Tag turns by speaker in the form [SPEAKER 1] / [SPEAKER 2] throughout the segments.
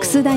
[SPEAKER 1] 楠田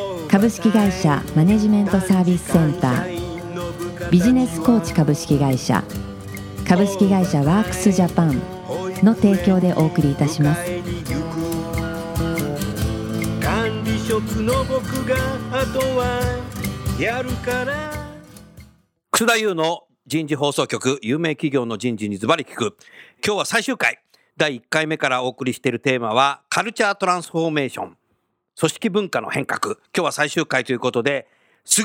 [SPEAKER 1] 株式会社マネジメントサービスセンタービジネスコーチ株式会社株式会社ワークスジャパンの提供でお送りいたします
[SPEAKER 2] 管理職の僕があとはやるから
[SPEAKER 3] 楠田優の人事放送局有名企業の人事にズバリ聞く今日は最終回第1回目からお送りしているテーマはカルチャートランスフォーメーション組織文化の変革今日は最終回ということで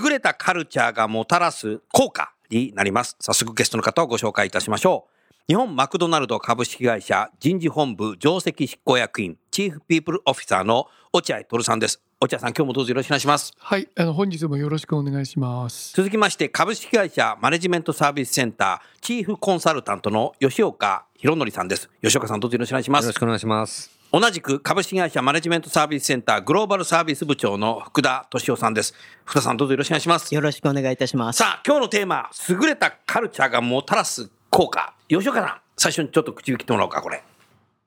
[SPEAKER 3] 優れたカルチャーがもたらす効果になります早速ゲストの方をご紹介いたしましょう日本マクドナルド株式会社人事本部上席執行役員チーフピープルオフィサーの落合徹さんです落合さん今日もどうぞよろしくお願いします
[SPEAKER 4] はい、あの本日もよろしくお願いします。
[SPEAKER 3] 続きまして株式会社マネジメントサービスセンターチーフコンサルタントの吉岡博則さんです吉岡さんどうぞよろしくお願いしま
[SPEAKER 5] よ
[SPEAKER 3] す
[SPEAKER 5] ろしくお願いします。
[SPEAKER 3] 同じく株式会社マネジメントサービスセンターグローバルサービス部長の福田敏夫さんです福田さんどうぞよろしくお願いします
[SPEAKER 6] よろしくお願いいたします。
[SPEAKER 3] さあ今日のテーマ優れたカルチャーがもたらす効果吉岡さん最初にちょっと口引きてもらおうかこれ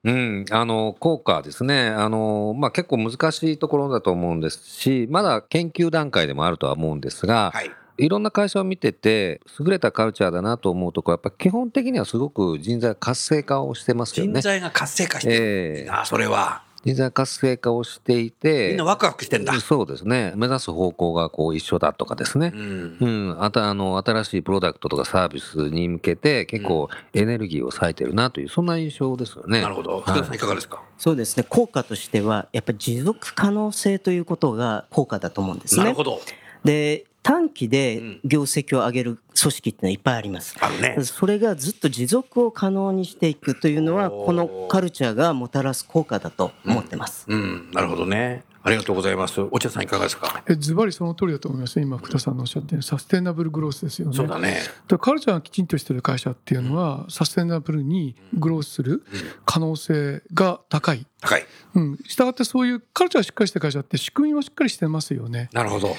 [SPEAKER 5] うん、あの効果ですね、あのまあ、結構難しいところだと思うんですし、まだ研究段階でもあるとは思うんですが、
[SPEAKER 3] はい
[SPEAKER 5] いろんな会社を見てて、優れたカルチャーだなと思うところ、やっぱ基本的にはすごく人材活性化をしてますよ
[SPEAKER 3] 人
[SPEAKER 5] ね。
[SPEAKER 3] 材が活性化してる、
[SPEAKER 5] ええ
[SPEAKER 3] ああそれは
[SPEAKER 5] 人材活性化をしていて、
[SPEAKER 3] みんなワクワクしてんだ、
[SPEAKER 5] そうですね、目指す方向がこう一緒だとかですね
[SPEAKER 3] う、ん
[SPEAKER 5] うん、あたあの新しいプロダクトとかサービスに向けて、結構エネルギーを割いてるなという、そんな印象ですよね。
[SPEAKER 3] なるほど福
[SPEAKER 5] はい
[SPEAKER 3] 田さんいかがですか、
[SPEAKER 6] そうですね。効果としては、やっぱり持続可能性ということが効果だと思うんです
[SPEAKER 3] なる
[SPEAKER 6] ね
[SPEAKER 3] ほ。ど
[SPEAKER 6] で、短期
[SPEAKER 3] う
[SPEAKER 6] で
[SPEAKER 3] ん
[SPEAKER 6] 業績を上げる組織っていうのはいっぱいあります。
[SPEAKER 3] あるね
[SPEAKER 6] それがずっと持続を可能にしていくというのは、
[SPEAKER 3] おー
[SPEAKER 6] このカルチャーがもたらす効果だと思ってます。
[SPEAKER 3] うん、なるほどね。ありがとうございます。落合さんいかがですか。
[SPEAKER 4] えズバリその通りだと思いますね。今福田さんのおっしゃってるサステナブルグロースですよね。
[SPEAKER 3] そうだね。
[SPEAKER 4] だからカルチャーがきちんとしてる会社っていうのはサステナブルにグロースする可能性が高い。
[SPEAKER 3] 高い。
[SPEAKER 4] うん。したがってそういうカルチャーがしっかりした会社って仕組みはしっかりしてますよね。
[SPEAKER 3] なるほど。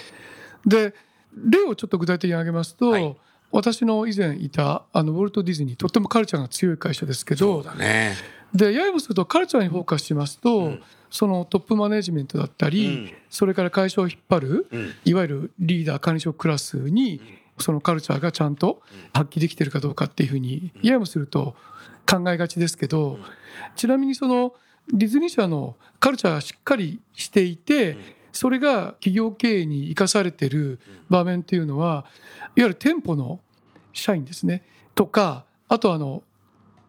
[SPEAKER 4] で例をちょっと具体的に挙げますと、
[SPEAKER 3] はい
[SPEAKER 4] 私の以前いたあのウォルト・ディズニーとってもカルチャーが強い会社ですけ
[SPEAKER 3] そ
[SPEAKER 4] ど
[SPEAKER 3] うだね。
[SPEAKER 4] でややもするとカルチャーにフォーカスしますと、そのトップマネジメントだったり、
[SPEAKER 3] うん
[SPEAKER 4] それから会社を引っ張る、
[SPEAKER 3] うん
[SPEAKER 4] いわゆるリーダー管理職クラスに、そのカルチャーがちゃんと発揮できてるかどうかっていうふうに、ややもすると考えがちですけど、ちなみにそのディズニー社のカルチャーがしっかりしていて、それが企業経営に生かされてる場面っていうのはいわゆる店舗の社員ですねとかあとあの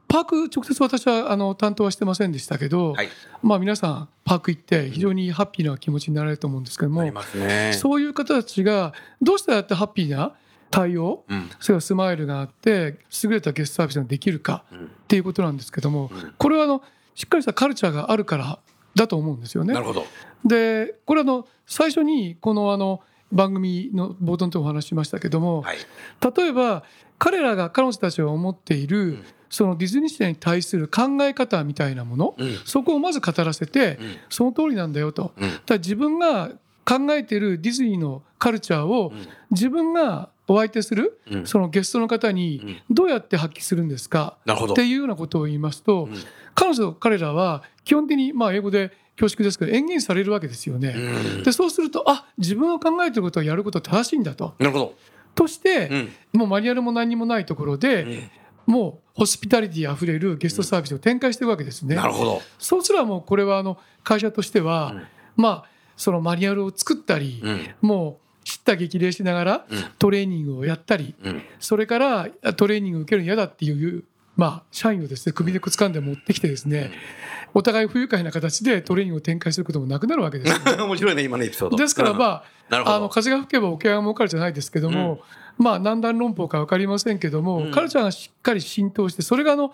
[SPEAKER 4] パーク直接私はあの担当はしてませんでしたけど、
[SPEAKER 3] はい。
[SPEAKER 4] まあ皆さんパーク行って非常にハッピーな気持ちになられると思うんですけど
[SPEAKER 3] あ
[SPEAKER 4] も
[SPEAKER 3] りますね。
[SPEAKER 4] そういう方たちがどうしたらやってハッピーな対応
[SPEAKER 3] うん。
[SPEAKER 4] それからスマイルがあって優れたゲストサービスができるか
[SPEAKER 3] うん
[SPEAKER 4] っていうことなんですけども
[SPEAKER 3] うん
[SPEAKER 4] これはあのしっかりしたカルチャーがあるからだと思うんですよね
[SPEAKER 3] な。るほど。
[SPEAKER 4] でこれあの最初にこのあの番組の冒頭のとこお話ししましたけども
[SPEAKER 3] はい。
[SPEAKER 4] 例えば彼らが彼女たちが思っている
[SPEAKER 3] ん
[SPEAKER 4] そのディズニー社に対する考え方みたいなもの
[SPEAKER 3] うん。
[SPEAKER 4] そこをまず語らせて
[SPEAKER 3] うん
[SPEAKER 4] その通りなんだよと。
[SPEAKER 3] うん。
[SPEAKER 4] だから自分が考えているディズニーのカルチャーを
[SPEAKER 3] うん
[SPEAKER 4] 自分がお相手する
[SPEAKER 3] うん
[SPEAKER 4] そのゲストの方
[SPEAKER 3] うん
[SPEAKER 4] にどうやって発揮するんですか
[SPEAKER 3] なるほど。
[SPEAKER 4] っていうようなことを言いますと
[SPEAKER 3] うん
[SPEAKER 4] 彼女彼らは基本的にまあ英語で恐縮ですけど演言されるわけですよ
[SPEAKER 3] う
[SPEAKER 4] ね。
[SPEAKER 3] ん。
[SPEAKER 4] でそうするとあ自分を考えてることをやることは正しいんだと。
[SPEAKER 3] なるほど。
[SPEAKER 4] として、
[SPEAKER 3] うん。
[SPEAKER 4] もうマニュアルも何にもないところで、もうホスピタリティあふれるゲストサービスを展開していくわけですね。
[SPEAKER 3] なるほど。
[SPEAKER 4] そうすらもうこれはあの会社としては、まあそのマニュアルを作ったり、
[SPEAKER 3] うん。
[SPEAKER 4] もう叱咤激励しながら
[SPEAKER 3] うん
[SPEAKER 4] トレーニングをやったり、
[SPEAKER 3] うん。
[SPEAKER 4] それからあトレーニングを受けるの嫌だっていう。まあ、社員をですね首根っこ掴んで持ってきてですねお互い不愉快な形でトレーニングを展開することもなくなるわけですよ
[SPEAKER 3] 面白いね今のエピソード。
[SPEAKER 4] ですから
[SPEAKER 3] あ。
[SPEAKER 4] まあ
[SPEAKER 3] なるほ
[SPEAKER 4] あの
[SPEAKER 3] ど。
[SPEAKER 4] 風が吹けば桶屋が儲かるじゃないですけども、まあ何段論法か分かりませんけども、
[SPEAKER 3] うん
[SPEAKER 4] カルチャーがしっかり浸透してそれがあの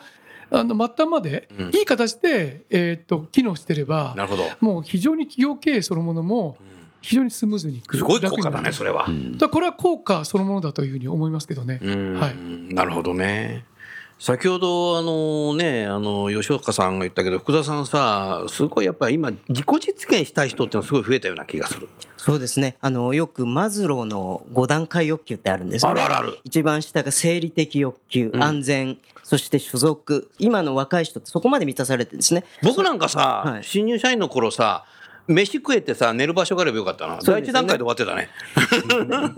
[SPEAKER 4] あの末端まで
[SPEAKER 3] うん
[SPEAKER 4] いい形で、えーっと機能してれば
[SPEAKER 3] なるほど。
[SPEAKER 4] もう非常に企業経営そのものも
[SPEAKER 3] うん
[SPEAKER 4] 非常にスムーズにいく
[SPEAKER 3] すごい効果だ
[SPEAKER 4] 楽にな
[SPEAKER 3] ね、
[SPEAKER 4] る
[SPEAKER 3] それは
[SPEAKER 5] う。
[SPEAKER 4] だ
[SPEAKER 5] ん
[SPEAKER 4] からこれは効果そのものだというふうに思いますけどね。
[SPEAKER 3] うん
[SPEAKER 4] はい
[SPEAKER 3] なるほどね。先ほどあのねあの吉岡さんが言ったけど福田さんさすごいやっぱり今自己実現したい人ってのはすごい増えたような気がする。
[SPEAKER 6] そうですね。あの、よくマズローの5段階欲求ってあるんですけ
[SPEAKER 3] あ
[SPEAKER 6] ど
[SPEAKER 3] るあるある。
[SPEAKER 6] 一番下が生理的欲求、
[SPEAKER 3] ん
[SPEAKER 6] 安全、そして所属。今の若い人ってそこまで満たされてるんですね。
[SPEAKER 3] 僕なんかさ、
[SPEAKER 6] はい
[SPEAKER 3] 新入社員の頃さ飯食えてさ寝る場所があればよかったな、
[SPEAKER 6] そう
[SPEAKER 3] 第
[SPEAKER 6] ですね
[SPEAKER 3] 一段階で終わってたね。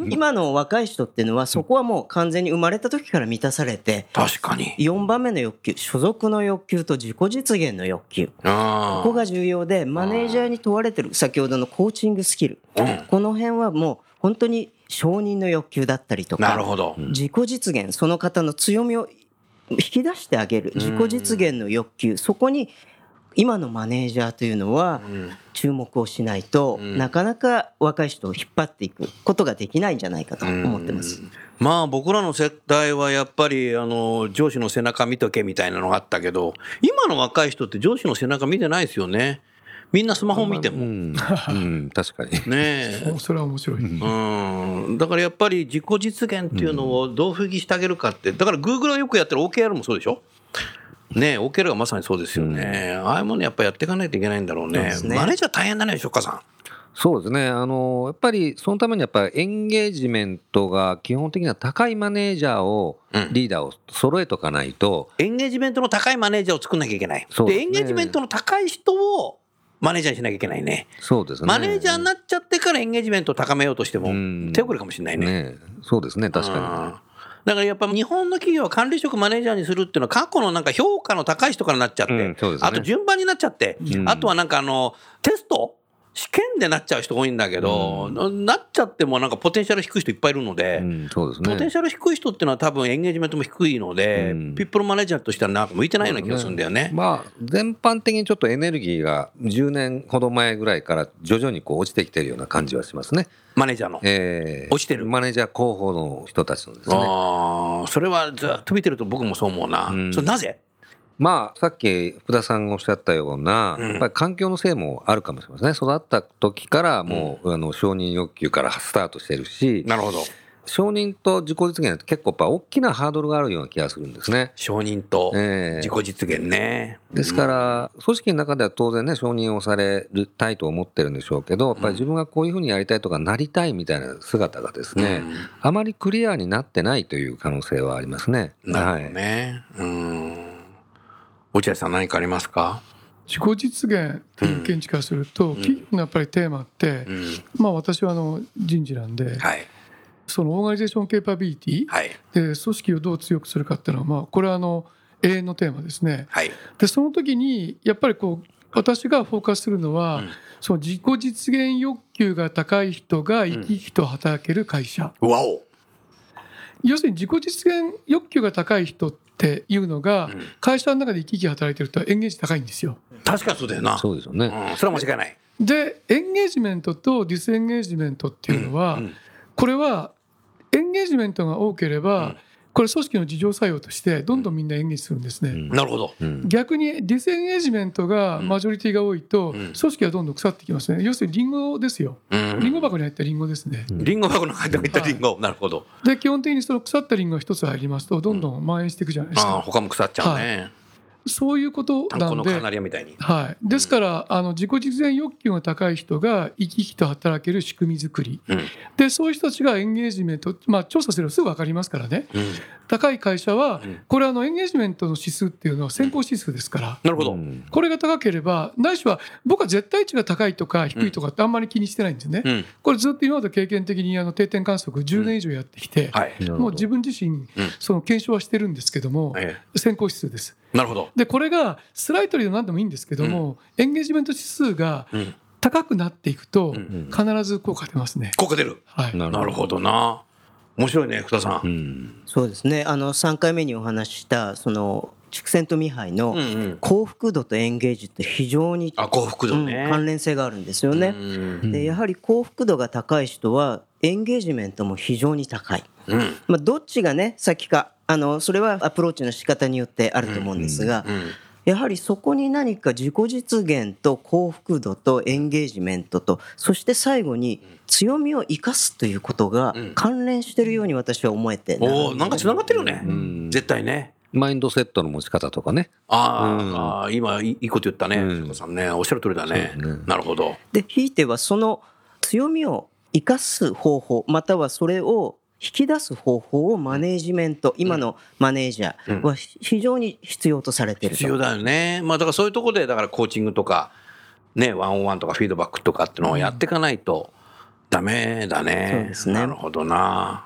[SPEAKER 6] 今の若い人っていうのはそこはもう完全に生まれた時から満たされて、
[SPEAKER 3] 確かに。
[SPEAKER 6] 4番目の欲求、所属の欲求と自己実現の欲求。
[SPEAKER 3] ああ
[SPEAKER 6] ここが重要で、マネージャーに問われてる先ほどのコーチングスキル。この辺はもう本当に承認の欲求だったりとか。
[SPEAKER 3] なるほど。
[SPEAKER 6] 自己実現その方の強みを引き出してあげる自己実現の欲求そこに今のマネージャーというのは
[SPEAKER 3] ん
[SPEAKER 6] 注目をしないと、
[SPEAKER 3] ん
[SPEAKER 6] なかなか若い人を引っ張っていくことができないんじゃないかと思ってます。
[SPEAKER 3] まあ僕らの世代はやっぱりあの上司の背中見とけみたいなのがあったけど今の若い人って上司の背中見てないですよねみんなスマホ見て
[SPEAKER 5] う
[SPEAKER 3] も
[SPEAKER 5] ん、うん確かに。
[SPEAKER 3] ねえ
[SPEAKER 4] おそれは面白い。
[SPEAKER 3] うんだからやっぱり自己実現っていうのをどう復帰してあげるかってだから Google はよくやってる OKR もそうでしょねえ OKR がまさにそうですよね、ああいうものやっぱやっていかないといけないんだろうね
[SPEAKER 6] そうですね
[SPEAKER 3] マネージャー大変だね吉岡さ
[SPEAKER 5] そうですね。あの、やっぱりそのためにやっぱりエンゲージメントが基本的には高いマネージャーを、
[SPEAKER 3] うん
[SPEAKER 5] リーダーを揃えとかないと、
[SPEAKER 3] んエンゲージメントの高いマネージャーを作んなきゃいけない
[SPEAKER 5] そう
[SPEAKER 3] で
[SPEAKER 5] です
[SPEAKER 3] エ
[SPEAKER 5] ね
[SPEAKER 3] ンゲージメントの高い人をマネージャーにしなきゃいけないね
[SPEAKER 5] そうですね。
[SPEAKER 3] マネージャーになっちゃってからエンゲージメントを高めようとしても
[SPEAKER 5] うん
[SPEAKER 3] 手遅れかもしれないね。
[SPEAKER 5] ねそうですね、確
[SPEAKER 3] うん
[SPEAKER 5] か
[SPEAKER 3] だからやっぱ日本の企業は管理職マネージャーにするっていうのは過去のなんか評価の高い人からなっちゃって、
[SPEAKER 5] うんそうですね
[SPEAKER 3] あと順番になっちゃって、
[SPEAKER 5] うん
[SPEAKER 3] あとはなんかあのテスト試験でなっちゃう人多いんだけど、なっちゃってもなんかポテンシャル低い人いっぱいいるので、
[SPEAKER 5] に。うん、そうですね。
[SPEAKER 3] ポテンシャル低い人っていうのは多分エンゲージメントも低いので、
[SPEAKER 5] うん
[SPEAKER 3] ピップルマネージャーとしてはなんか向いてないような気がするんだよね。
[SPEAKER 5] まあ、全般的にちょっとエネルギーが10年ほど前ぐらいから徐々にこう落ちてきてるような感じはしますね。
[SPEAKER 3] マネージャーの。
[SPEAKER 5] えー
[SPEAKER 3] 落ちてる
[SPEAKER 5] マネージャー候補の人たちのですね。
[SPEAKER 3] ああ、それはずっと見てると僕もそう思うな。
[SPEAKER 5] うん
[SPEAKER 3] それなぜ
[SPEAKER 5] まあ、さっき福田さんがおっしゃったような、
[SPEAKER 3] うん
[SPEAKER 5] やっぱり環境のせいもあるかもしれませんね。育った時からもう、あの承認欲求からスタートしてるし、
[SPEAKER 3] なるほど。
[SPEAKER 5] 承認と自己実現って結構やっぱ大きなハードルがあるような気がするんですね。
[SPEAKER 3] 承認と
[SPEAKER 5] えー
[SPEAKER 3] 自己実現ね。
[SPEAKER 5] ですから、組織の中では当然ね、承認をされるたいと思ってるんでしょうけど、やっぱり自分がこういうふうにやりたいとか、なりたいみたいな姿がですね、あまりクリアになってないという可能性はありますね。
[SPEAKER 3] なるほどね。うん。落合さん何かありますか
[SPEAKER 4] 自己実現という見地からすると、企業のやっぱりテーマって
[SPEAKER 3] う、ん。
[SPEAKER 4] まあ私はあの人事なんで、
[SPEAKER 3] はい。
[SPEAKER 4] そのオーガニゼーションケーパビリティ
[SPEAKER 3] はい。
[SPEAKER 4] で組織をどう強くするかっていうのは、まあこれはあの永遠のテーマですね。
[SPEAKER 3] はい。
[SPEAKER 4] でその時にやっぱりこう私がフォーカスするのは、
[SPEAKER 3] うん
[SPEAKER 4] その自己実現欲求が高い人が生き生きと働ける会社、
[SPEAKER 3] わお。
[SPEAKER 4] 要するに自己実現欲求が高い人っていうのが、
[SPEAKER 3] うん
[SPEAKER 4] 会社の中で生き生き働いてるとエンゲージ高いんですよ
[SPEAKER 3] 確かにそうだよな。
[SPEAKER 5] そうですよね。
[SPEAKER 3] うん。それは間違いない。
[SPEAKER 4] でエンゲージメントとディスエンゲージメントっていうのは、
[SPEAKER 3] うんうん
[SPEAKER 4] これはエンゲージメントが多ければ、
[SPEAKER 3] うん
[SPEAKER 4] これ組織の自浄作用としてどんどんみんなエンゲージするんですね、
[SPEAKER 5] うん
[SPEAKER 3] なるほど。
[SPEAKER 5] うん
[SPEAKER 4] 逆にディスエンゲージメントが
[SPEAKER 3] うん
[SPEAKER 4] マジョリティが多いと
[SPEAKER 3] ん
[SPEAKER 4] 組織はどんどん腐ってきますね要するにリンゴですよ
[SPEAKER 3] う
[SPEAKER 4] リン
[SPEAKER 3] ん。
[SPEAKER 4] ゴ箱に入ったリンゴですね
[SPEAKER 3] リンゴ箱の中に入ったリンゴ。なるほど。
[SPEAKER 4] で基本的にその腐ったリンゴが一つ入りますとどんどん蔓延していくじゃないです
[SPEAKER 3] ああ、
[SPEAKER 4] か
[SPEAKER 3] 他も腐っちゃうね。
[SPEAKER 4] そういうこと
[SPEAKER 3] 炭
[SPEAKER 4] な
[SPEAKER 3] 鉱
[SPEAKER 4] ん
[SPEAKER 3] のカ
[SPEAKER 4] で
[SPEAKER 3] ナリアみたいに。
[SPEAKER 4] はいですからあの自己実現欲求が高い人が生き生きと働ける仕組み作り
[SPEAKER 3] うん。
[SPEAKER 4] でそういう人たちがエンゲージメントまあ調査すればすぐ分かりますからね
[SPEAKER 3] うん
[SPEAKER 4] 高い会社は
[SPEAKER 3] うん
[SPEAKER 4] これあのエンゲージメントの指数っていうのは先行指数ですから
[SPEAKER 3] なるほど
[SPEAKER 5] う。ん
[SPEAKER 4] これが高ければ、ないしは僕は絶対値が高いとか低いとかってあんまり気にしてないんですね。
[SPEAKER 3] うん。
[SPEAKER 4] これずっと今まで経験的にあの定点観測10年以上やってきて、
[SPEAKER 3] はい。
[SPEAKER 4] もう自分自身その検証はしてるんですけども、
[SPEAKER 3] え
[SPEAKER 4] 先行指数です。
[SPEAKER 3] えなるほど。
[SPEAKER 4] でこれがスライトリーでも何でもいいんですけども、エンゲージメント指数が
[SPEAKER 3] うん。
[SPEAKER 4] 高くなっていくと
[SPEAKER 3] うん
[SPEAKER 4] 必ず効果出ますね。
[SPEAKER 3] 効果出る。
[SPEAKER 4] はい。
[SPEAKER 5] な
[SPEAKER 3] なるほどな。面白いね、福田さ。
[SPEAKER 5] うんん
[SPEAKER 6] そうですね。あの3回目にお話ししたその畜生とミハイの
[SPEAKER 3] うんうん
[SPEAKER 6] 幸福度とエンゲージって非常に、
[SPEAKER 3] あ、幸福
[SPEAKER 6] う
[SPEAKER 3] 度
[SPEAKER 6] ん
[SPEAKER 3] ね。
[SPEAKER 6] 関連性があるんですよね。
[SPEAKER 3] うん
[SPEAKER 5] ん
[SPEAKER 6] でやはり幸福度が高い人はエンゲージメントも非常に高い。
[SPEAKER 3] うん。
[SPEAKER 6] まあ、どっちがね先かあのそれはアプローチの仕方によってあると思うんですが、
[SPEAKER 3] うん
[SPEAKER 6] やはりそこに何か自己実現と幸福度とエンゲージメントとそして最後に強みを生かすということが
[SPEAKER 3] うん
[SPEAKER 6] 関連してるように私は思えて
[SPEAKER 3] おおなんか繋がってるよね、
[SPEAKER 5] ん
[SPEAKER 3] 絶対ね
[SPEAKER 5] マインドセットの持ち方とかね。
[SPEAKER 3] あー、
[SPEAKER 5] うん
[SPEAKER 3] あー今いいいいこと言ったね、
[SPEAKER 5] うん
[SPEAKER 3] 藤子さんねおっしゃる通りだね
[SPEAKER 5] そうね
[SPEAKER 3] なるほど
[SPEAKER 6] でひいてはその強みを生かす方法またはそれを引き出す方法をマネージメント今のマネージャーは非常に必要とされてると
[SPEAKER 3] 必要だよねまあだからそういうところでだからコーチングとかねワンオンワンとかフィードバックとかってのをやっていかないとダメだね、
[SPEAKER 6] そうですね
[SPEAKER 3] なるほどな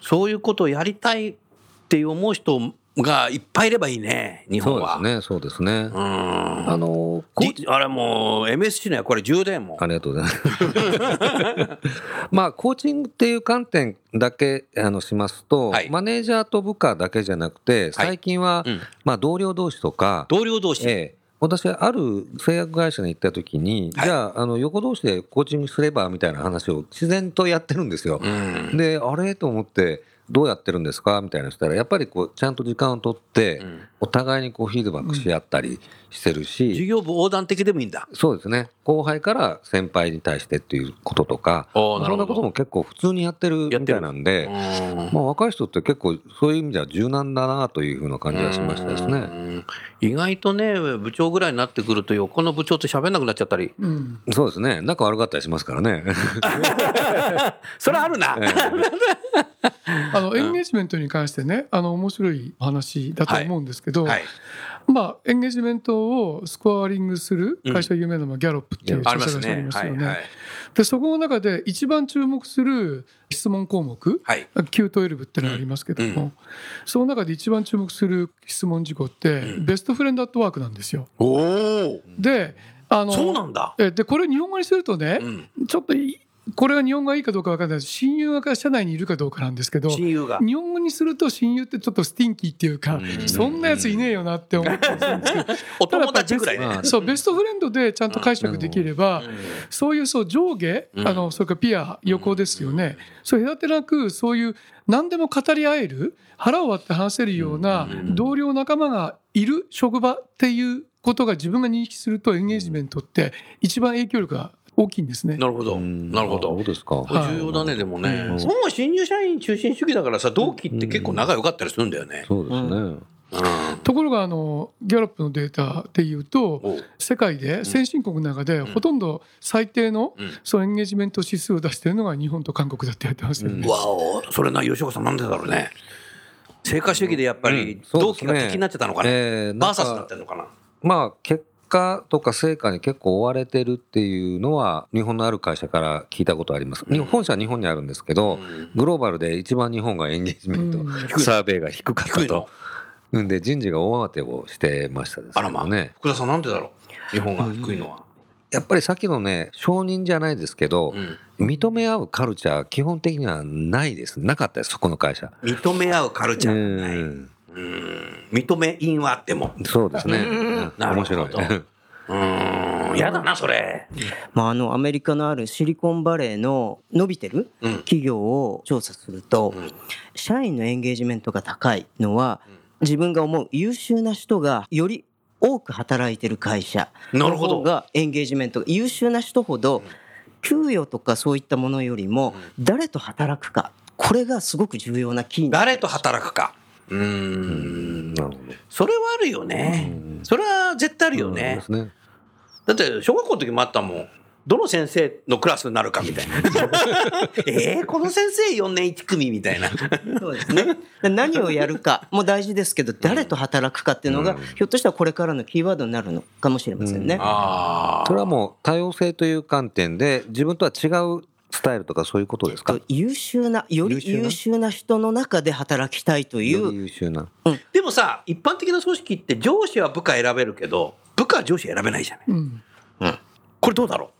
[SPEAKER 3] そういうことをやりたいって思う人がいっぱいいればいいね日
[SPEAKER 5] そ
[SPEAKER 3] 本
[SPEAKER 5] うで
[SPEAKER 3] は
[SPEAKER 5] すね、そうですね。
[SPEAKER 3] うん
[SPEAKER 5] あの、コーチ
[SPEAKER 3] じあれもう MSC の役割充電も
[SPEAKER 5] ありがとうございます。 まあ、コーチングっていう観点だけあのしますと、
[SPEAKER 3] はい
[SPEAKER 5] マネージャーと部下だけじゃなくて、最近は、
[SPEAKER 3] うん
[SPEAKER 5] まあ、同僚同士とか、
[SPEAKER 3] 同僚同士、
[SPEAKER 5] ええ私、ある製薬会社に行った時に、
[SPEAKER 3] はい
[SPEAKER 5] じゃああの、横同士でコーチングすればみたいな話を自然とやってるんですよ。
[SPEAKER 3] うん
[SPEAKER 5] で、あれと思って、どうやってるんですかみたいなのしたら、やっぱりこうちゃんと時間を取って、
[SPEAKER 3] うん
[SPEAKER 5] お互いにこうフィードバックし合ったりしてるし、
[SPEAKER 3] 事業部横断的でもいいんだ
[SPEAKER 5] そうですね後輩から先輩に対してっていうこととか
[SPEAKER 3] おーな
[SPEAKER 5] そ
[SPEAKER 3] る
[SPEAKER 5] んな
[SPEAKER 3] ほど
[SPEAKER 5] ことも結構普通にやってる
[SPEAKER 3] やっ
[SPEAKER 5] み
[SPEAKER 3] てる
[SPEAKER 5] たいなんで、
[SPEAKER 3] うん
[SPEAKER 5] まあ、若い人って結構そういう意味では柔軟だなというふうな感じがしましたです
[SPEAKER 3] う
[SPEAKER 5] ね。
[SPEAKER 3] ん意外とね部長ぐらいになってくると横の部長と喋んなくなっちゃったり
[SPEAKER 4] うん
[SPEAKER 5] そうですね仲悪かったりしますか らね。
[SPEAKER 3] それある な、
[SPEAKER 4] あのエンゲージメントに関してねあの面白いお話だと思うんですけど、
[SPEAKER 3] はい
[SPEAKER 4] まあ、エンゲージメントをスコアリングする会社有名なのはギャロップっていう
[SPEAKER 5] うん
[SPEAKER 4] 調
[SPEAKER 3] ありま
[SPEAKER 4] 査会
[SPEAKER 3] す
[SPEAKER 4] 社があり
[SPEAKER 3] ね
[SPEAKER 4] ます
[SPEAKER 3] は
[SPEAKER 4] よ
[SPEAKER 3] い
[SPEAKER 4] ね。
[SPEAKER 3] はい
[SPEAKER 4] でそこの中で一番注目する質問項目
[SPEAKER 3] はい、
[SPEAKER 4] Q12 ってのがありますけども、
[SPEAKER 3] うん
[SPEAKER 4] その中で一番注目する質問事項って、
[SPEAKER 3] うん
[SPEAKER 4] ベストフレンドアットワークなんですよ。
[SPEAKER 3] おお
[SPEAKER 4] であの
[SPEAKER 3] そうなんだ、
[SPEAKER 4] えでこれを日本語にするとね
[SPEAKER 3] う、ん、
[SPEAKER 4] ちょっといこれは日本語がいいかどうか分かんないです親友が社内にいるかどうかなんですけど
[SPEAKER 3] 親友が
[SPEAKER 4] 日本語にすると親友ってちょっとスティンキーっていうか、
[SPEAKER 5] うん
[SPEAKER 4] そんなやついねえよなって思ってたりするんですけど
[SPEAKER 3] お友達ぐらい
[SPEAKER 5] ただ
[SPEAKER 3] ね
[SPEAKER 5] やっぱり
[SPEAKER 4] そうベストフレンドでちゃんと解釈できれば、そういうそう上下、
[SPEAKER 3] うん
[SPEAKER 4] あのそれからピア横ですよね、そう隔てなくそういう何でも語り合える腹を割って話せるような
[SPEAKER 3] うん
[SPEAKER 4] 同僚仲間がいる職場っていうことが自分が認識するとエンゲージメントって一番影響力が大きいんですね。
[SPEAKER 3] なるほど
[SPEAKER 5] うん
[SPEAKER 3] なるほ
[SPEAKER 5] そ
[SPEAKER 3] ど
[SPEAKER 5] うですか。
[SPEAKER 4] はい
[SPEAKER 3] 重要だねでもね、
[SPEAKER 5] うん
[SPEAKER 3] 日本は新入社員中心主義だからさ同期って結構仲良かったりするんだよね、
[SPEAKER 5] そうですね。
[SPEAKER 3] うん
[SPEAKER 4] ところがあのギャロップのデータでいうと
[SPEAKER 3] おう
[SPEAKER 4] 世界で先進国の中でほとんど最低の
[SPEAKER 3] うん
[SPEAKER 4] そのエンゲージメント指数を出してるのが日本と韓国だってやってますよね。
[SPEAKER 5] うん
[SPEAKER 3] わおそれな吉岡さんなんでだろうね成果主義でやっぱり
[SPEAKER 5] うん
[SPEAKER 3] 同期が敵になっちゃったのかな、
[SPEAKER 5] えー
[SPEAKER 3] バ
[SPEAKER 5] な
[SPEAKER 3] ー
[SPEAKER 5] ん
[SPEAKER 3] サスになっ
[SPEAKER 5] か
[SPEAKER 3] てるのかな
[SPEAKER 5] まあ結果とか成果に結構追われてるっていうのは日本のある会社から聞いたことあります。日本本社は日本にあるんですけど、グローバルで一番日本がエンゲージメン
[SPEAKER 4] う
[SPEAKER 5] ト、
[SPEAKER 4] ん
[SPEAKER 5] サーベイが低かっ
[SPEAKER 3] 低
[SPEAKER 5] た
[SPEAKER 3] いの
[SPEAKER 5] と。うんで人事が大慌てをしてましたです
[SPEAKER 3] あ
[SPEAKER 5] け
[SPEAKER 3] ら
[SPEAKER 5] ど
[SPEAKER 3] まあね
[SPEAKER 5] ね。
[SPEAKER 3] 福田さんなんでだろう日本が低いのは、
[SPEAKER 5] やっぱりさっきのね承認じゃないですけど、
[SPEAKER 3] うん
[SPEAKER 5] 認め合うカルチャー基本的にはないですなかったですそこの会社。
[SPEAKER 3] 認め合うカルチャーがない、
[SPEAKER 5] う
[SPEAKER 3] うん
[SPEAKER 5] ん
[SPEAKER 3] 認め因はあっても
[SPEAKER 5] そうですね。うん
[SPEAKER 3] なる
[SPEAKER 5] 面
[SPEAKER 3] ほど
[SPEAKER 5] 白い。
[SPEAKER 3] うーんやだなそれ、
[SPEAKER 6] まあ、あのアメリカのあるシリコンバレーの伸びてる
[SPEAKER 3] うん
[SPEAKER 6] 企業を調査すると、
[SPEAKER 3] うん
[SPEAKER 6] 社員のエンゲージメントが高いのは自分が思う優秀な人がより多く働いてる会社
[SPEAKER 3] な
[SPEAKER 6] の
[SPEAKER 3] るほ
[SPEAKER 6] 方
[SPEAKER 3] ど
[SPEAKER 6] がエンゲージメントが優秀な人ほど給与とかそういったものよりも誰と働くかこれがすごく重要なキーになる
[SPEAKER 3] 誰と働くかうーん
[SPEAKER 5] なるほど。
[SPEAKER 3] それはあるよね、それは絶対あるよ
[SPEAKER 5] うん
[SPEAKER 3] ね
[SPEAKER 5] で、すね。
[SPEAKER 3] だって小学校の時もあったもんどの先生のクラスになるかみた いなえー、この先生4年1組みたいな
[SPEAKER 6] そうですね。で何をやるかも大事ですけど、誰と働くかっていうのが、ひょっとしたらこれからのキーワードになるのかもしれませんね。
[SPEAKER 3] あ
[SPEAKER 5] それはもう多様性という観点で自分とは違うスタイルとかそういうことですか。
[SPEAKER 6] と優秀な、より
[SPEAKER 5] 優秀な
[SPEAKER 6] 優秀な人の中で働きたいとい
[SPEAKER 5] より
[SPEAKER 6] う、
[SPEAKER 5] 優秀な。
[SPEAKER 3] でもさ一般的な組織って上司は部下選べるけど部下は上司選べないじゃない
[SPEAKER 4] うん、
[SPEAKER 3] これどうだろ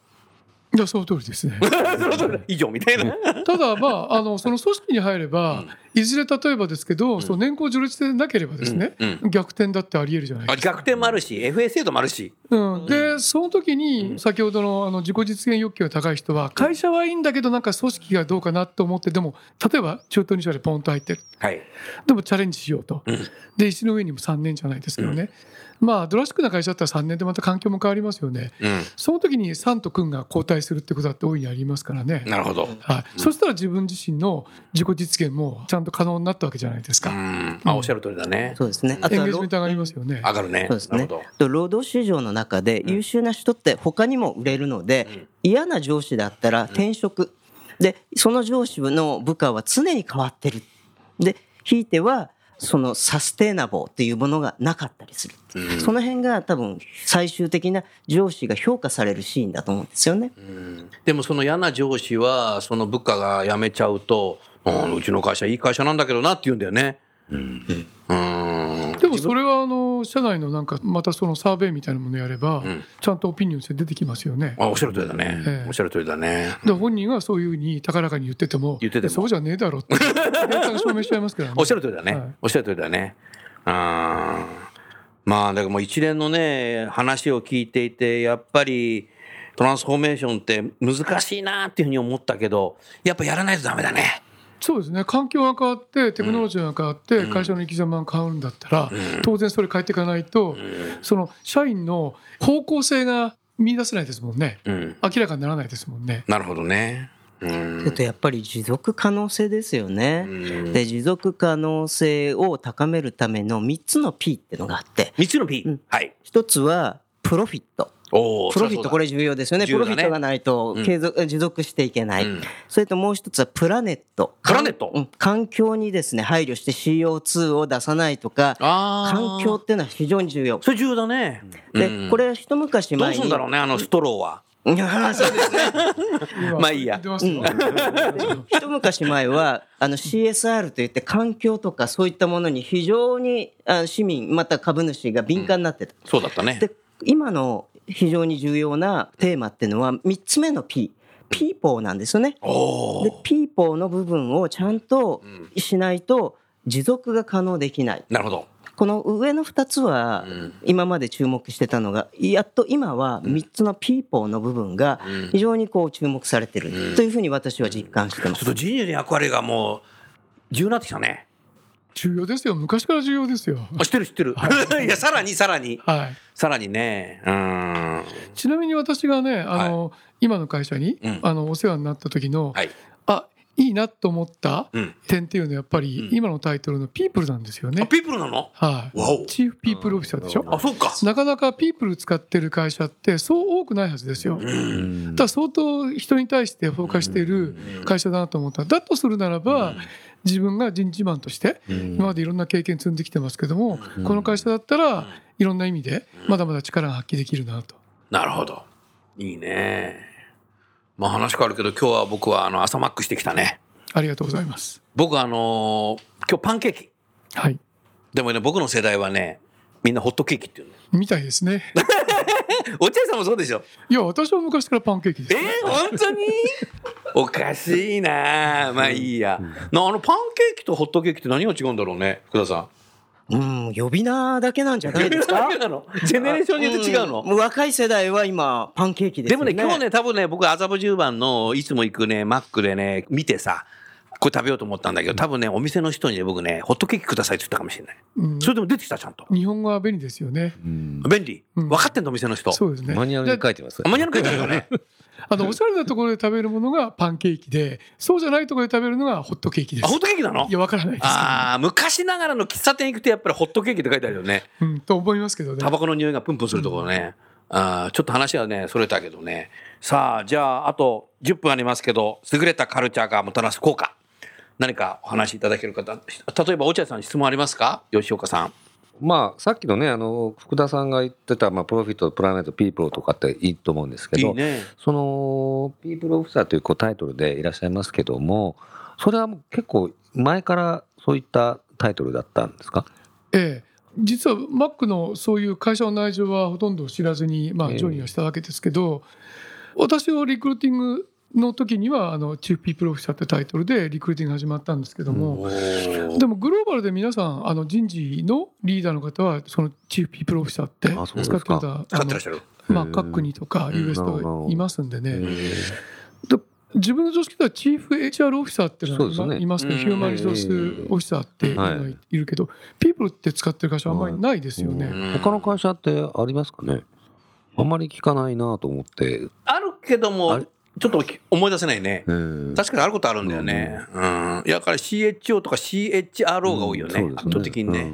[SPEAKER 4] いやその通りですね。
[SPEAKER 3] う以上みたいな
[SPEAKER 4] ただまああのその組織に入ればいずれ例えばですけど、
[SPEAKER 3] ん
[SPEAKER 4] その年功序列でなければですね、
[SPEAKER 3] うんうん
[SPEAKER 4] 逆転だってあり得るじゃない
[SPEAKER 3] あ
[SPEAKER 4] ですか。
[SPEAKER 3] 逆転もあるし FA 制度もあるし
[SPEAKER 4] うん、でその時に先ほどのあの自己実現欲求が高い人は会社はいいんだけどなんか組織がどうかなと思ってでも例えば中東2社でポンと入ってる
[SPEAKER 3] はい
[SPEAKER 4] でもチャレンジしようと
[SPEAKER 3] うん
[SPEAKER 4] で石の上にも3年じゃないですけどねまあドラスティックな会社だったら3年でまた環境も変わりますよね
[SPEAKER 3] う
[SPEAKER 4] その時にサンと君が交代するってことだって大いにありますからね
[SPEAKER 3] ん、なるほど
[SPEAKER 4] はい、そしたら自分自身の自己実現もちゃんと可能になったわけじゃないです
[SPEAKER 3] う
[SPEAKER 4] か
[SPEAKER 3] んあおっしゃる通りだね
[SPEAKER 6] そうですね。あ
[SPEAKER 4] エ
[SPEAKER 6] と
[SPEAKER 4] ン
[SPEAKER 6] は
[SPEAKER 4] ゲージ
[SPEAKER 6] ロ
[SPEAKER 4] メント上がりますよね
[SPEAKER 3] 上がるね
[SPEAKER 6] そうです
[SPEAKER 3] なる
[SPEAKER 6] ね
[SPEAKER 3] ほど
[SPEAKER 6] 労働市場の中で優秀な人って他にも売れるので、嫌な上司だったら転職、でその上司の部下は常に変わってるでひいてはそのサステイナボーっていうものがなかったりする、その辺が多分最終的な上司が評価されるシーンだと思うんですよね。
[SPEAKER 3] でもその嫌な上司はその部下が辞めちゃうと、うん、うちの会社いい会社なんだけどなって言うんだよねうん
[SPEAKER 4] でもそれはあの社内のなんかまたそのサーベイみたいなものやれば、
[SPEAKER 3] ん
[SPEAKER 4] ちゃんとオピニオンして出てきますよね。
[SPEAKER 3] あおっしゃる通りだね、
[SPEAKER 4] ええ
[SPEAKER 3] おっしゃる通りだね
[SPEAKER 4] で本人はそういうふうに高らかに言ってても
[SPEAKER 3] 言ってても
[SPEAKER 4] そうじゃねえだろってデータが証明しちゃいますからね。
[SPEAKER 3] おっしゃる通りだね、
[SPEAKER 4] はい
[SPEAKER 3] おっしゃる通りだねうんまあだからもう一連のね話を聞いていてやっぱりトランスフォーメーションって難しいなっていうふうに思ったけどやっぱやらないとダメだね
[SPEAKER 4] そうですね環境が変わってテクノロジーが変わって会社の生き様が変わるんだったら、当然それ変えていかないと、その社員の方向性が見出せないですもんね
[SPEAKER 3] うん
[SPEAKER 4] 明らかにならないですもんね。
[SPEAKER 3] なるほどねうん
[SPEAKER 6] えっとやっぱり持続可能性ですよね。で持続可能性を高めるための3つの P ってのがあって
[SPEAKER 3] 3つの P、
[SPEAKER 6] うん
[SPEAKER 3] はい
[SPEAKER 6] 1つはプロフィット。
[SPEAKER 3] おお
[SPEAKER 6] プロフィットこれ重要ですよね。
[SPEAKER 3] 重
[SPEAKER 6] プ
[SPEAKER 3] 要だね
[SPEAKER 6] ロフィットがないと継続、持続していけない、
[SPEAKER 3] うん
[SPEAKER 6] それともう一つはプラネット。
[SPEAKER 3] プラネット
[SPEAKER 6] うん環境にですね、配慮して CO2 を出さないとか、
[SPEAKER 3] あー
[SPEAKER 6] 環境っていうのは非常に重要。
[SPEAKER 3] それ重要だね。
[SPEAKER 6] で、これは一昔
[SPEAKER 3] どう
[SPEAKER 6] 前
[SPEAKER 3] す
[SPEAKER 6] に。
[SPEAKER 3] るんだ ろうね、あのストローは。
[SPEAKER 6] いやそうですね。
[SPEAKER 3] まあいいや
[SPEAKER 4] 出ますよ
[SPEAKER 6] 一昔前はあの CSR といって環境とかそういったものに非常にあ市民また株主が敏感になってた。
[SPEAKER 3] そうだったね。
[SPEAKER 6] で今の非常に重要なテーマっていうのは3つ目の P。ピーポーなんですよね。でピーポーの部分をちゃんとしないと持続が可能できない。
[SPEAKER 3] なるほど。
[SPEAKER 6] この上の2つは今まで注目してたのがやっと今は3つのピーポーの部分が非常にこう注目されてるというふうに私は実感して
[SPEAKER 3] ち
[SPEAKER 6] ま
[SPEAKER 3] ょっ
[SPEAKER 6] す。
[SPEAKER 3] と人類の役割がもう重要になってきたね。
[SPEAKER 4] 重要ですよ昔から重要ですよ。
[SPEAKER 3] あ知ってる知ってる。 いやさらにさらに
[SPEAKER 4] はい
[SPEAKER 3] さらにね。うーん。
[SPEAKER 4] ちなみに私がねあの、今の会社に、
[SPEAKER 3] うん
[SPEAKER 4] あのお世話になった時の、
[SPEAKER 3] はい。
[SPEAKER 4] あいいなと思った
[SPEAKER 3] うん。
[SPEAKER 4] 点っていうのはやっぱり、
[SPEAKER 3] うん
[SPEAKER 4] 今のタイトルの「ピープル」なんですよ
[SPEAKER 3] あ
[SPEAKER 4] ね。
[SPEAKER 3] ピープルなの？
[SPEAKER 4] はい、
[SPEAKER 3] わお。
[SPEAKER 4] チーフピープルオフィサーでしょ
[SPEAKER 3] あそうか。
[SPEAKER 4] なかなかピープル使ってる会社ってそう多くないはずですよ。
[SPEAKER 5] うん
[SPEAKER 4] ただ相当人に対してフォーカスしている会社だなと思っただとするならば自分が人事マンとして今までいろんな経験積んできてますけどもこの会社だったらいろんな意味でまだまだ力が発揮できるなと。
[SPEAKER 3] なるほど。いいね。まあ話変わるけど今日は僕はあの朝マックしてきたね。
[SPEAKER 4] ありがとうございます。
[SPEAKER 3] 僕あのー今日パンケーキ。
[SPEAKER 4] はい
[SPEAKER 3] でもね僕の世代はねみんなホットケーキっていうの。
[SPEAKER 4] みたいですね。
[SPEAKER 3] お茶屋さんもそうでしょ。
[SPEAKER 4] いや私は昔からパンケーキです
[SPEAKER 3] え。ー、本当におかしいなあまあいいや、なあのパンケーキとホットケーキって何が違うんだろうね福田さん
[SPEAKER 6] うん呼び名だけなんじゃな いですか
[SPEAKER 3] 何なのジェネレーションによって違うの、
[SPEAKER 6] ん若い世代は今パンケーキです
[SPEAKER 3] で
[SPEAKER 6] よ
[SPEAKER 3] もね今日ね多分ね僕麻布十番のいつも行くねマックでね見てさこれ食べようと思ったんだけど多分ねお店の人にね僕ねホットケーキくださいって言ったかもしれない、
[SPEAKER 4] うん
[SPEAKER 3] それでも出てきたちゃんと
[SPEAKER 4] 日本語は便利ですよね。
[SPEAKER 3] 便利、
[SPEAKER 4] うん
[SPEAKER 3] 分かってんのお店の人
[SPEAKER 4] そうですね。
[SPEAKER 5] マニュアルに書いてます
[SPEAKER 3] あんまりやらないから ね
[SPEAKER 4] あのおしゃれなところで食べるものがパンケーキで、そうじゃないところで食べるのがホットケーキで
[SPEAKER 3] あ
[SPEAKER 4] す
[SPEAKER 3] ホッ。トケーキなの
[SPEAKER 4] いやわからないですけど
[SPEAKER 3] ああ昔ながらの喫茶店行くとやっぱりホットケーキって書いてあるよね
[SPEAKER 4] うん、と思いますけどね。
[SPEAKER 3] タバコの匂いがプンプンするところね、あーちょっと話はねそれたけどねさあじゃああと10分ありますけど優れたカルチャーがもたらす効果何かお話しいただける方例えば落合さん質問ありますか吉岡さん
[SPEAKER 5] まあさっきのねあの福田さんが言ってた、まあ、プロフィットプラネットピープルとかっていいと思うんですけ
[SPEAKER 3] い
[SPEAKER 5] ど
[SPEAKER 3] いね
[SPEAKER 5] その「ピープル・オフィサー」というこうタイトルでいらっしゃいますけどもそれはもう結構前からそういったタイトルだったんですか
[SPEAKER 4] ええ実はマックのそういう会社の内情はほとんど知らずに、まあ、
[SPEAKER 5] ええ
[SPEAKER 4] ジョインをしたわけですけど、私をリクルーティングの時には、あの、チューピープロフィシャーってタイトルでリクルーティング始まったんですけども、でもグローバルで皆さん、あの、人事のリーダーの方は、そのチューピープロフィシャーって
[SPEAKER 5] あそうです
[SPEAKER 4] 使
[SPEAKER 5] か
[SPEAKER 4] ってた、あ
[SPEAKER 3] 使ってら
[SPEAKER 4] の
[SPEAKER 3] っしゃる。
[SPEAKER 4] まあ、各国とか
[SPEAKER 5] うん
[SPEAKER 4] US と
[SPEAKER 5] なるほ
[SPEAKER 4] か
[SPEAKER 5] ど
[SPEAKER 4] いますんでね。
[SPEAKER 5] う
[SPEAKER 4] で自分の常識ではチーフ HR オフィサーっていうの
[SPEAKER 5] そうです
[SPEAKER 4] は
[SPEAKER 5] ね
[SPEAKER 4] いますけど、
[SPEAKER 3] うん
[SPEAKER 4] ヒューマンリソースオフィサーっていうの
[SPEAKER 5] は
[SPEAKER 4] が
[SPEAKER 5] い
[SPEAKER 4] いるけど、ピープルって使ってる会社あんまりないですよね。
[SPEAKER 5] ん他の会社ってありますかねあんまり聞かないなと思って、
[SPEAKER 3] あるけど
[SPEAKER 5] あ
[SPEAKER 3] も
[SPEAKER 5] れ、
[SPEAKER 3] ちょっと思い出せないね。
[SPEAKER 5] うん
[SPEAKER 3] 確かにあることあるんだよね。うん。いや、だから CHO とか CHRO が多いよね。
[SPEAKER 5] うん
[SPEAKER 3] 圧
[SPEAKER 5] そうです
[SPEAKER 3] 倒的にね。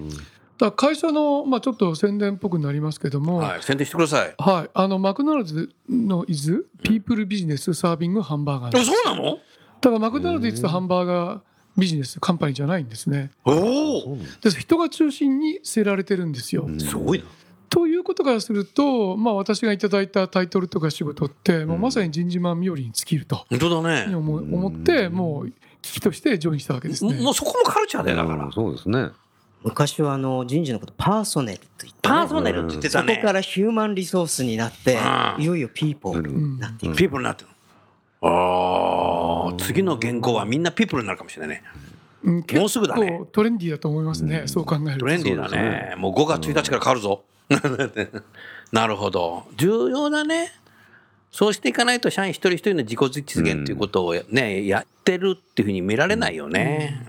[SPEAKER 4] だから会社の、まあ、ちょっと宣伝っぽくなりますけども、はい
[SPEAKER 3] はい。宣伝してください。
[SPEAKER 4] あのマクドナルドの伊豆ピープルビジネスサービングハンバーガー
[SPEAKER 3] え、
[SPEAKER 4] だか
[SPEAKER 3] そうなの
[SPEAKER 4] らマクドナルドいつハンバーガービジネスカンパニーじゃないんですね
[SPEAKER 3] おお
[SPEAKER 4] です人が中心に据えられてるんですよ、
[SPEAKER 5] うん
[SPEAKER 3] すごいな。
[SPEAKER 4] ということからすると、まあ、私がいただいたタイトルとか仕事って、もうまさに人事マン冥利に尽きると
[SPEAKER 3] 本当だね。
[SPEAKER 4] 思う思ってもう危機としてジョインしたわけですね
[SPEAKER 3] もうそこもカルチャーだよ、だから
[SPEAKER 5] うん。そうですね
[SPEAKER 6] 昔はあの人事のことパーソネルと言って、
[SPEAKER 3] パーソネルって言って
[SPEAKER 6] そ
[SPEAKER 3] た
[SPEAKER 6] こ
[SPEAKER 3] ね。
[SPEAKER 6] からヒューマンリソースになって
[SPEAKER 3] うん
[SPEAKER 6] いよいよピーポ
[SPEAKER 5] う
[SPEAKER 6] ーに
[SPEAKER 5] ん
[SPEAKER 6] なっていく
[SPEAKER 3] ピープルになってる。ああ、次の原稿はみんなピープルになるかもしれないね。
[SPEAKER 4] うん結
[SPEAKER 3] もうすぐだね
[SPEAKER 4] 構トレンディーだと思いますね、そう考えると
[SPEAKER 3] トレンディーだね。もう5月1日から変わるぞ。 なるほど。重要だね。そうしていかないと社員一人一人の自己実現ということをね、やってるっていうふうに見られないよね。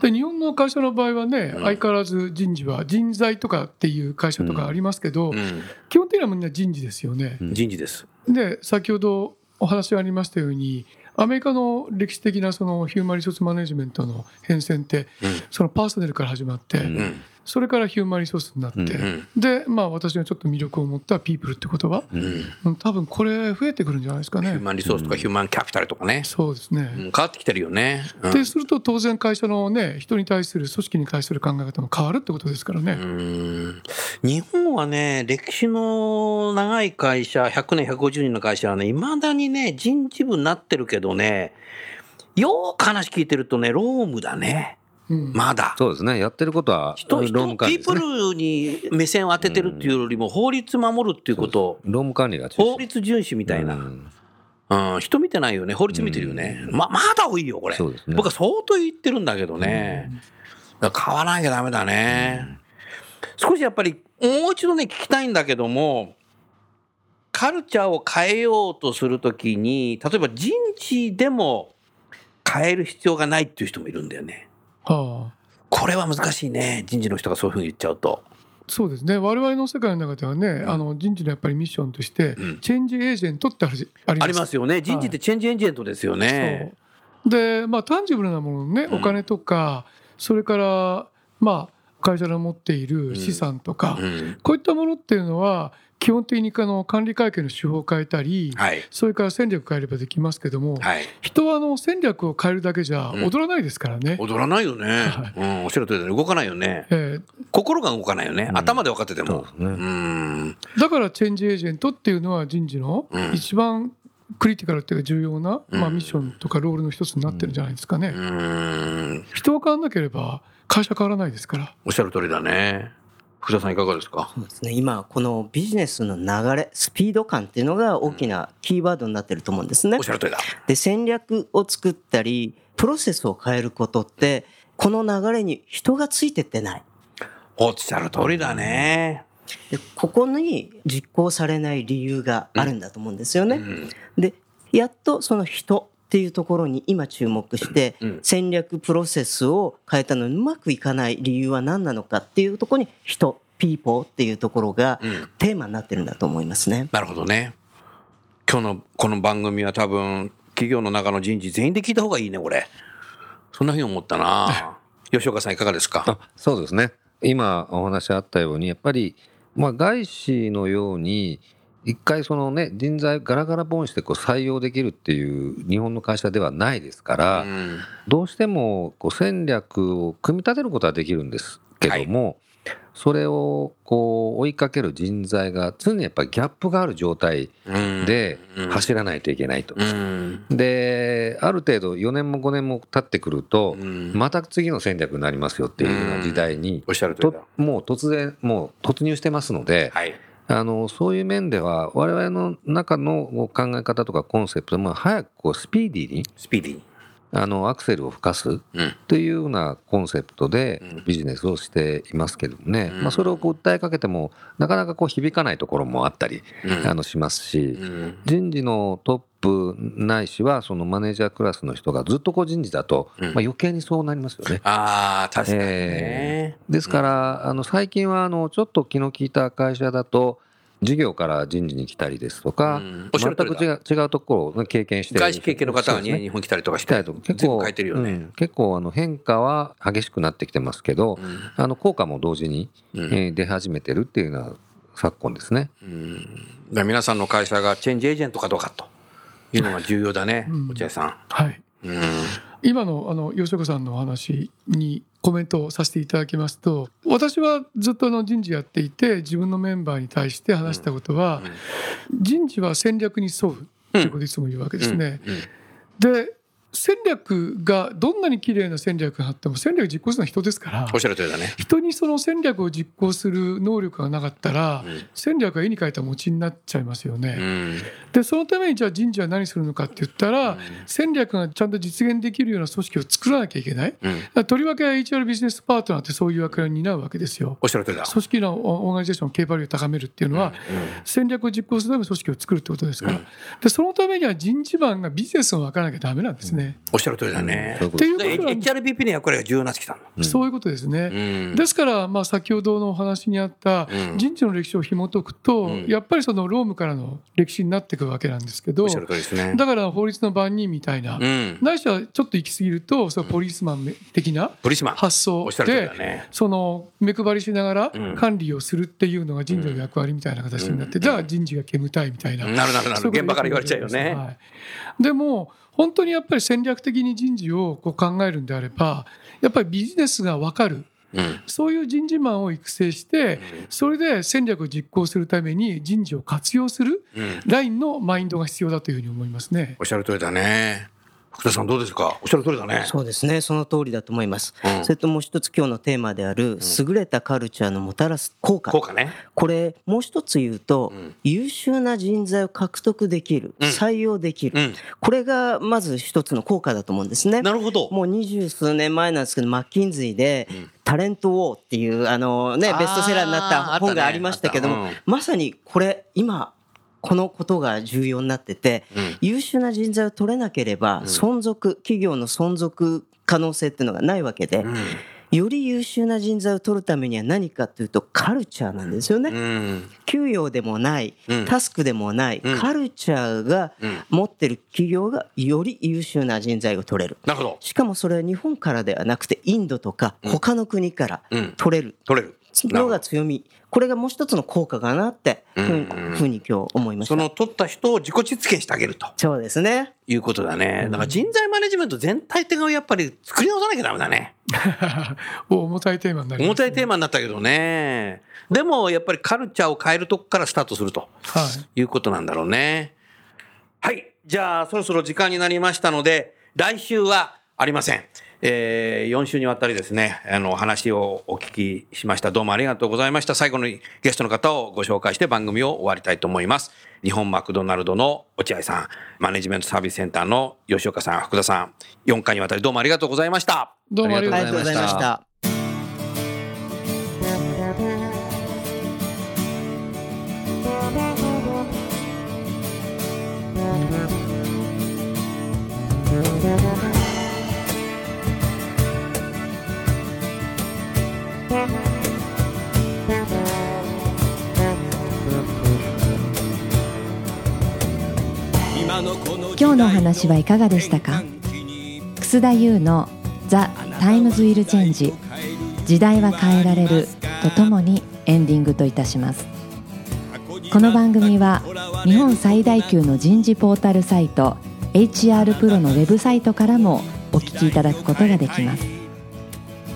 [SPEAKER 4] で日本の会社の場合はね、
[SPEAKER 3] うん
[SPEAKER 4] 相変わらず人事は人材とかっていう会社とかありますけど、
[SPEAKER 3] うん
[SPEAKER 4] 基本的にはみんな人事ですよね
[SPEAKER 3] う。ん人事です。
[SPEAKER 4] で先ほどお話がありましたようにアメリカの歴史的なそのヒューマンリソースマネジメントの変遷ってそのパーソナルから始まって、
[SPEAKER 5] ん
[SPEAKER 3] うん
[SPEAKER 4] それからヒューマンリソースになって、
[SPEAKER 5] うん
[SPEAKER 3] うん
[SPEAKER 4] でまあ私がちょっと魅力を持ったピープルってことは、
[SPEAKER 3] うん
[SPEAKER 4] うん多分これ増えてくるんじゃないですか
[SPEAKER 3] ヒュー
[SPEAKER 4] ね。
[SPEAKER 3] マンリソースとかヒューマンキャピタルとかね。
[SPEAKER 4] そうですね、
[SPEAKER 3] うん変わってきてるよね。うん
[SPEAKER 4] で、すると当然会社のね人に対する組織に対する考え方も変わるってことですからね、
[SPEAKER 3] うーん日本はね、歴史の長い会社、100年、150人の会社はね、いまだにね、人事部になってるけどね、よーく話聞いてるとね、労務だね、
[SPEAKER 4] うん
[SPEAKER 3] まだ。
[SPEAKER 5] そうですねやってることは
[SPEAKER 3] 人、
[SPEAKER 5] うん
[SPEAKER 3] 人
[SPEAKER 5] 労務管
[SPEAKER 3] ピ
[SPEAKER 5] 理
[SPEAKER 3] ー
[SPEAKER 5] です
[SPEAKER 3] プ
[SPEAKER 5] ね
[SPEAKER 3] ルに目線を当ててるっていうよりも、法律守るっていうこと、
[SPEAKER 5] 労務管理が中心
[SPEAKER 3] 法律遵守みたいな、
[SPEAKER 5] うん
[SPEAKER 3] うん、人見てないよね、法律見てるよね、ままだ多いよ、これ、
[SPEAKER 5] そうですね
[SPEAKER 3] 僕は相当言ってるんだけどね、だから買わなきゃだめだね、少しやっぱり、もう一度ね、聞きたいんだけども、カルチャーを変えようとするときに、例えば人事でも変える必要がないっていう人もいるんだよね、
[SPEAKER 4] はあ、
[SPEAKER 3] これは難しいね、人事の人がそういうふうに言っちゃうと。
[SPEAKER 4] そうですね我々の世界の中ではね、あの人事のやっぱりミッションとして、
[SPEAKER 3] うん
[SPEAKER 4] チェンジエージェントってあるじあり
[SPEAKER 3] あ
[SPEAKER 4] ま
[SPEAKER 3] り
[SPEAKER 4] す
[SPEAKER 3] ますよね、人事ってチェンジエージェントですよね。
[SPEAKER 4] そうでまあタンジブルなものね、
[SPEAKER 3] うん
[SPEAKER 4] お金とかそれからまあ会社の持っている資産とか、
[SPEAKER 3] うん
[SPEAKER 4] こういったものっていうのは基本的にあの管理会計の手法を変えたり、
[SPEAKER 3] はい、
[SPEAKER 4] それから戦略変えればできますけども、
[SPEAKER 3] はい
[SPEAKER 4] 人はあの戦略を変えるだけじゃ
[SPEAKER 3] うん
[SPEAKER 4] 踊らないですからね。
[SPEAKER 3] 踊らないよね、
[SPEAKER 4] は
[SPEAKER 3] うん、おっしゃる通りだね動かないよね
[SPEAKER 4] え
[SPEAKER 3] 心が動かないよね、
[SPEAKER 5] うん
[SPEAKER 3] 頭で分かってても
[SPEAKER 5] そうです
[SPEAKER 3] う
[SPEAKER 5] ね
[SPEAKER 3] ん
[SPEAKER 4] ーだからチェンジエージェントっていうのは人事の
[SPEAKER 3] うん
[SPEAKER 4] 一番クリティカルっていうか重要な、
[SPEAKER 3] う
[SPEAKER 4] まあ、
[SPEAKER 3] ん
[SPEAKER 4] ミッションとかロールの一つになってるんじゃないですか
[SPEAKER 3] う
[SPEAKER 4] ね。
[SPEAKER 3] ん
[SPEAKER 4] 人は変わらなければ会社変わらないですから。
[SPEAKER 3] おっしゃる通りだね福田さんいかがですか
[SPEAKER 6] そうですね、今このビジネスの流れスピード感っていうのが大きなキーワードになってると思うんですね
[SPEAKER 3] おっしゃる通りだ
[SPEAKER 6] で戦略を作ったりプロセスを変えることってこの流れに人がついてってない
[SPEAKER 3] おっしゃる通りだね、
[SPEAKER 6] でここに実行されない理由があるんだと思うんですよ
[SPEAKER 3] う
[SPEAKER 6] ね、
[SPEAKER 3] ん
[SPEAKER 6] でやっとその人っていうところに今注目して
[SPEAKER 3] うん
[SPEAKER 6] 戦略プロセスを変えたのにうまくいかない理由は何なのかっていうところに人ピーポーっていうところが
[SPEAKER 3] うん
[SPEAKER 6] テーマになってるんだと思いますね。
[SPEAKER 3] なるほどね今日のこの番組は多分企業の中の人事全員で聞いた方がいいねこれそんなふうに思った な吉岡さんいかがですか
[SPEAKER 5] あそうですね今お話あったようにやっぱり、まあ、外資のように一回そのね人材ガラガラボンしてこう採用できるっていう日本の会社ではないですから、
[SPEAKER 3] うん
[SPEAKER 5] どうしてもこう戦略を組み立てることはできるんですけども、それをこう追いかける人材が常にやっぱりギャップがある状態
[SPEAKER 3] うん
[SPEAKER 5] で
[SPEAKER 3] うん
[SPEAKER 5] 走らないといけないと。
[SPEAKER 3] うん
[SPEAKER 5] である程度4年も5年も経ってくると、
[SPEAKER 3] うん
[SPEAKER 5] また次の戦略になりますよっていうような時代に、
[SPEAKER 3] おっしゃる通り
[SPEAKER 5] と
[SPEAKER 3] だ
[SPEAKER 5] もう突然もう突入してますので、
[SPEAKER 3] はい
[SPEAKER 5] あのそういう面では我々の中の考え方とかコンセプトも早くこうスピーディーに
[SPEAKER 3] スピーディーに。
[SPEAKER 5] あのアクセルを吹かす
[SPEAKER 3] うん
[SPEAKER 5] というようなコンセプトで
[SPEAKER 3] うん
[SPEAKER 5] ビジネスをしていますけどもね、
[SPEAKER 3] うん
[SPEAKER 5] まあ、それをこう訴えかけてもなかなかこう響かないところもあったり、
[SPEAKER 3] うん
[SPEAKER 5] あのしますし
[SPEAKER 3] うん
[SPEAKER 5] 人事のトップないしはそのマネージャークラスの人がずっとこう人事だと、
[SPEAKER 3] うん
[SPEAKER 5] まあ、余計にそうなりますよね。
[SPEAKER 3] ああ、確かに
[SPEAKER 5] え
[SPEAKER 3] ね。
[SPEAKER 5] ですからあの最近はあのちょっと気の利いた会社だと事業から人事に来たりですとか、
[SPEAKER 3] うんおっしゃ
[SPEAKER 5] 全
[SPEAKER 3] る通り
[SPEAKER 5] く
[SPEAKER 3] だ
[SPEAKER 5] 違う違うところを経験して
[SPEAKER 3] 外資経験の方
[SPEAKER 5] そ
[SPEAKER 3] が
[SPEAKER 5] うですね
[SPEAKER 3] ね日本来たりとかし
[SPEAKER 5] 来た
[SPEAKER 3] て
[SPEAKER 5] りとか結
[SPEAKER 3] 全部
[SPEAKER 5] 構
[SPEAKER 3] 変えてるよね
[SPEAKER 5] うん結構あの変化は激しくなってきてますけど、
[SPEAKER 3] うん
[SPEAKER 5] あの効果も同時に、
[SPEAKER 3] うん
[SPEAKER 5] えー出始めてるっていうのは昨今ですね。
[SPEAKER 3] うんだから皆さんの会社がチェンジエージェントかどうかというのが重要だね
[SPEAKER 4] うん
[SPEAKER 3] 落合さ
[SPEAKER 4] はい
[SPEAKER 3] ん。うん
[SPEAKER 4] 今のあの吉岡さんのお話にコメントをさせていただきますと私はずっとあの人事やっていて自分のメンバーに対して話したことは、人事は戦略に沿うっていうことをいつも言うわけですね。
[SPEAKER 3] うんうん
[SPEAKER 4] で戦略がどんなに綺麗な戦略があっても戦略実行するのは人ですから
[SPEAKER 3] おっしゃる通りだね。
[SPEAKER 4] 人にその戦略を実行する能力がなかったら
[SPEAKER 3] うん
[SPEAKER 4] 戦略が絵に描いた餅になっちゃいますよ
[SPEAKER 3] う
[SPEAKER 4] ね。
[SPEAKER 3] ん
[SPEAKER 4] でそのためにじゃあ人事は何するのかって言ったら戦略がちゃんと実現できるような組織を作らなきゃいけない。
[SPEAKER 3] うん
[SPEAKER 4] とりわけ HR ビジネスパートナーってそういう役割を担うわけですよ。
[SPEAKER 3] おっしゃる通りだ。
[SPEAKER 4] 組織のオーガニゼーションの K バリューを高めるっていうのは戦略を実行するための組織を作るってことですから、
[SPEAKER 3] うん
[SPEAKER 4] でそのためには人事番がビジネスを分からなきゃダメなんですね。
[SPEAKER 3] おっしゃる通りだね
[SPEAKER 5] そ。ういうこ
[SPEAKER 4] って
[SPEAKER 5] と
[SPEAKER 4] いう
[SPEAKER 3] だ
[SPEAKER 4] こ
[SPEAKER 3] から
[SPEAKER 4] となんで
[SPEAKER 3] HRBP の役割が重要になってきたの。
[SPEAKER 5] うん
[SPEAKER 4] そういうことですね。
[SPEAKER 3] うん
[SPEAKER 4] ですから、まあ、先ほどのお話にあった
[SPEAKER 3] うん
[SPEAKER 4] 人事の歴史を紐解くと、
[SPEAKER 3] うん
[SPEAKER 4] やっぱりその労務からの歴史になっていくわけなんですけ
[SPEAKER 3] お
[SPEAKER 4] ど
[SPEAKER 3] っしゃる通りですね。
[SPEAKER 4] だから法律の番人みたいな、
[SPEAKER 3] うん
[SPEAKER 4] ないしはちょっと行き過ぎるとそのポリスマン的な
[SPEAKER 3] ポリスマン。
[SPEAKER 4] 発
[SPEAKER 3] お
[SPEAKER 4] 想
[SPEAKER 3] っしゃる通り
[SPEAKER 4] で
[SPEAKER 3] だね。
[SPEAKER 4] その目配りしながら
[SPEAKER 3] うん
[SPEAKER 4] 管理をするっていうのが人事の役割みたいな形になって、
[SPEAKER 3] うん
[SPEAKER 4] じゃあ人事が煙たいみたいな、
[SPEAKER 3] なるなるな
[SPEAKER 4] そ
[SPEAKER 3] る。
[SPEAKER 4] うい
[SPEAKER 3] 現
[SPEAKER 4] うこ
[SPEAKER 3] 場
[SPEAKER 4] と
[SPEAKER 3] から言われちゃうよね。
[SPEAKER 4] はいでも本当にやっぱり戦略的に人事をこう考えるんであればやっぱりビジネスが分かる
[SPEAKER 3] うん
[SPEAKER 4] そういう人事マンを育成してそれで戦略を実行するために人事を活用する
[SPEAKER 3] うん
[SPEAKER 4] ラインのマインドが必要だというふうに思いますね。
[SPEAKER 3] おっしゃる通りだね。福田さんどうですか。おっしゃる通りだね。
[SPEAKER 6] そうですねその通りだと思います、
[SPEAKER 3] うん
[SPEAKER 6] それともう一つ今日のテーマである優れたカルチャーのもたらす効果
[SPEAKER 3] 効果ね。
[SPEAKER 6] これもう一つ言うと、
[SPEAKER 3] うん
[SPEAKER 6] 優秀な人材を獲得できる、
[SPEAKER 3] うん
[SPEAKER 6] 採用できる、
[SPEAKER 3] うん
[SPEAKER 6] これがまず一つの効果だと思うんですね
[SPEAKER 3] なるほど。
[SPEAKER 6] もう二十数年前なんですけどマッキンズイで「タレント王」っていうあの、ね
[SPEAKER 3] あ、ー
[SPEAKER 6] ベストセラーになった本がありましたけども、
[SPEAKER 3] あったねあった
[SPEAKER 6] まさにこれ今このことが重要になってて、
[SPEAKER 3] うん
[SPEAKER 6] 優秀な人材を取れなければ存続、企業の存続可能性っていうのがないわけで、より優秀な人材を取るためには何かというとカルチャーなんですよね。
[SPEAKER 3] うん。
[SPEAKER 6] 給与でもない、
[SPEAKER 3] うん
[SPEAKER 6] タスクでもない、
[SPEAKER 3] うん
[SPEAKER 6] カルチャーが
[SPEAKER 3] うん
[SPEAKER 6] 持ってる企業がより優秀な人材を取れる。
[SPEAKER 3] なるほど。
[SPEAKER 6] しかもそれは日本からではなくてインドとか
[SPEAKER 3] うん
[SPEAKER 6] 他の国から
[SPEAKER 3] うん
[SPEAKER 6] 取れる
[SPEAKER 3] 取れる。
[SPEAKER 6] のが強み、これがもう一つの効果かなってふう
[SPEAKER 3] うん
[SPEAKER 6] ふうに今日思いまし
[SPEAKER 3] そ
[SPEAKER 6] た。
[SPEAKER 3] の取った人を自己実現してあげると
[SPEAKER 6] そうですね。
[SPEAKER 3] いうことだね。だから人材マネジメント全体的をやっぱり作り直さなきゃダメだね。
[SPEAKER 4] 重たいテーマになりま
[SPEAKER 3] 重
[SPEAKER 4] す、
[SPEAKER 3] たいテーマになったけどね。でもやっぱりカルチャーを変えるとこからスタートすると
[SPEAKER 4] はい、
[SPEAKER 3] いうことなんだろうね。はい。じゃあそろそろ時間になりましたので、来週はありません。えー、4週にわたりですね、あの、お話をお聞きしました。どうもありがとうございました。最後にゲストの方をご紹介して番組を終わりたいと思います。日本マクドナルドの落合さん、マネジメントサービスセンターの吉岡さん、福田さん、4回にわたりどうもありがとうございました。
[SPEAKER 4] どうもあり
[SPEAKER 6] あ
[SPEAKER 4] が
[SPEAKER 6] り
[SPEAKER 4] と
[SPEAKER 6] が
[SPEAKER 4] う
[SPEAKER 6] とう
[SPEAKER 4] ご
[SPEAKER 6] ご
[SPEAKER 4] ざいま
[SPEAKER 6] ざいま
[SPEAKER 4] し。
[SPEAKER 6] したた。
[SPEAKER 1] 今日のお話はいかがでしたか楠田優の「ザ・タイムズ・ウィル・チェンジ」「時代は変えられる」とともにエンディングといたしますこの番組は日本最大級の人事ポータルサイト HR プロのウェブサイトからもお聞きいただくことができます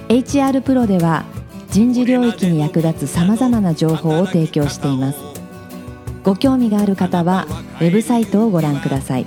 [SPEAKER 1] HR プロでは人事領域に役立つさまざまな情報を提供していますご興味がある方はウェブサイトをご覧ください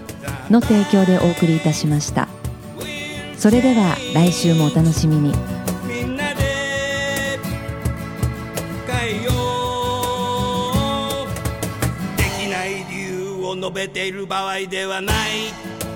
[SPEAKER 1] の提供でお送りいたしましたそれでは来週もお楽しみに
[SPEAKER 2] みんなで変えようできない理由を述べている場合ではない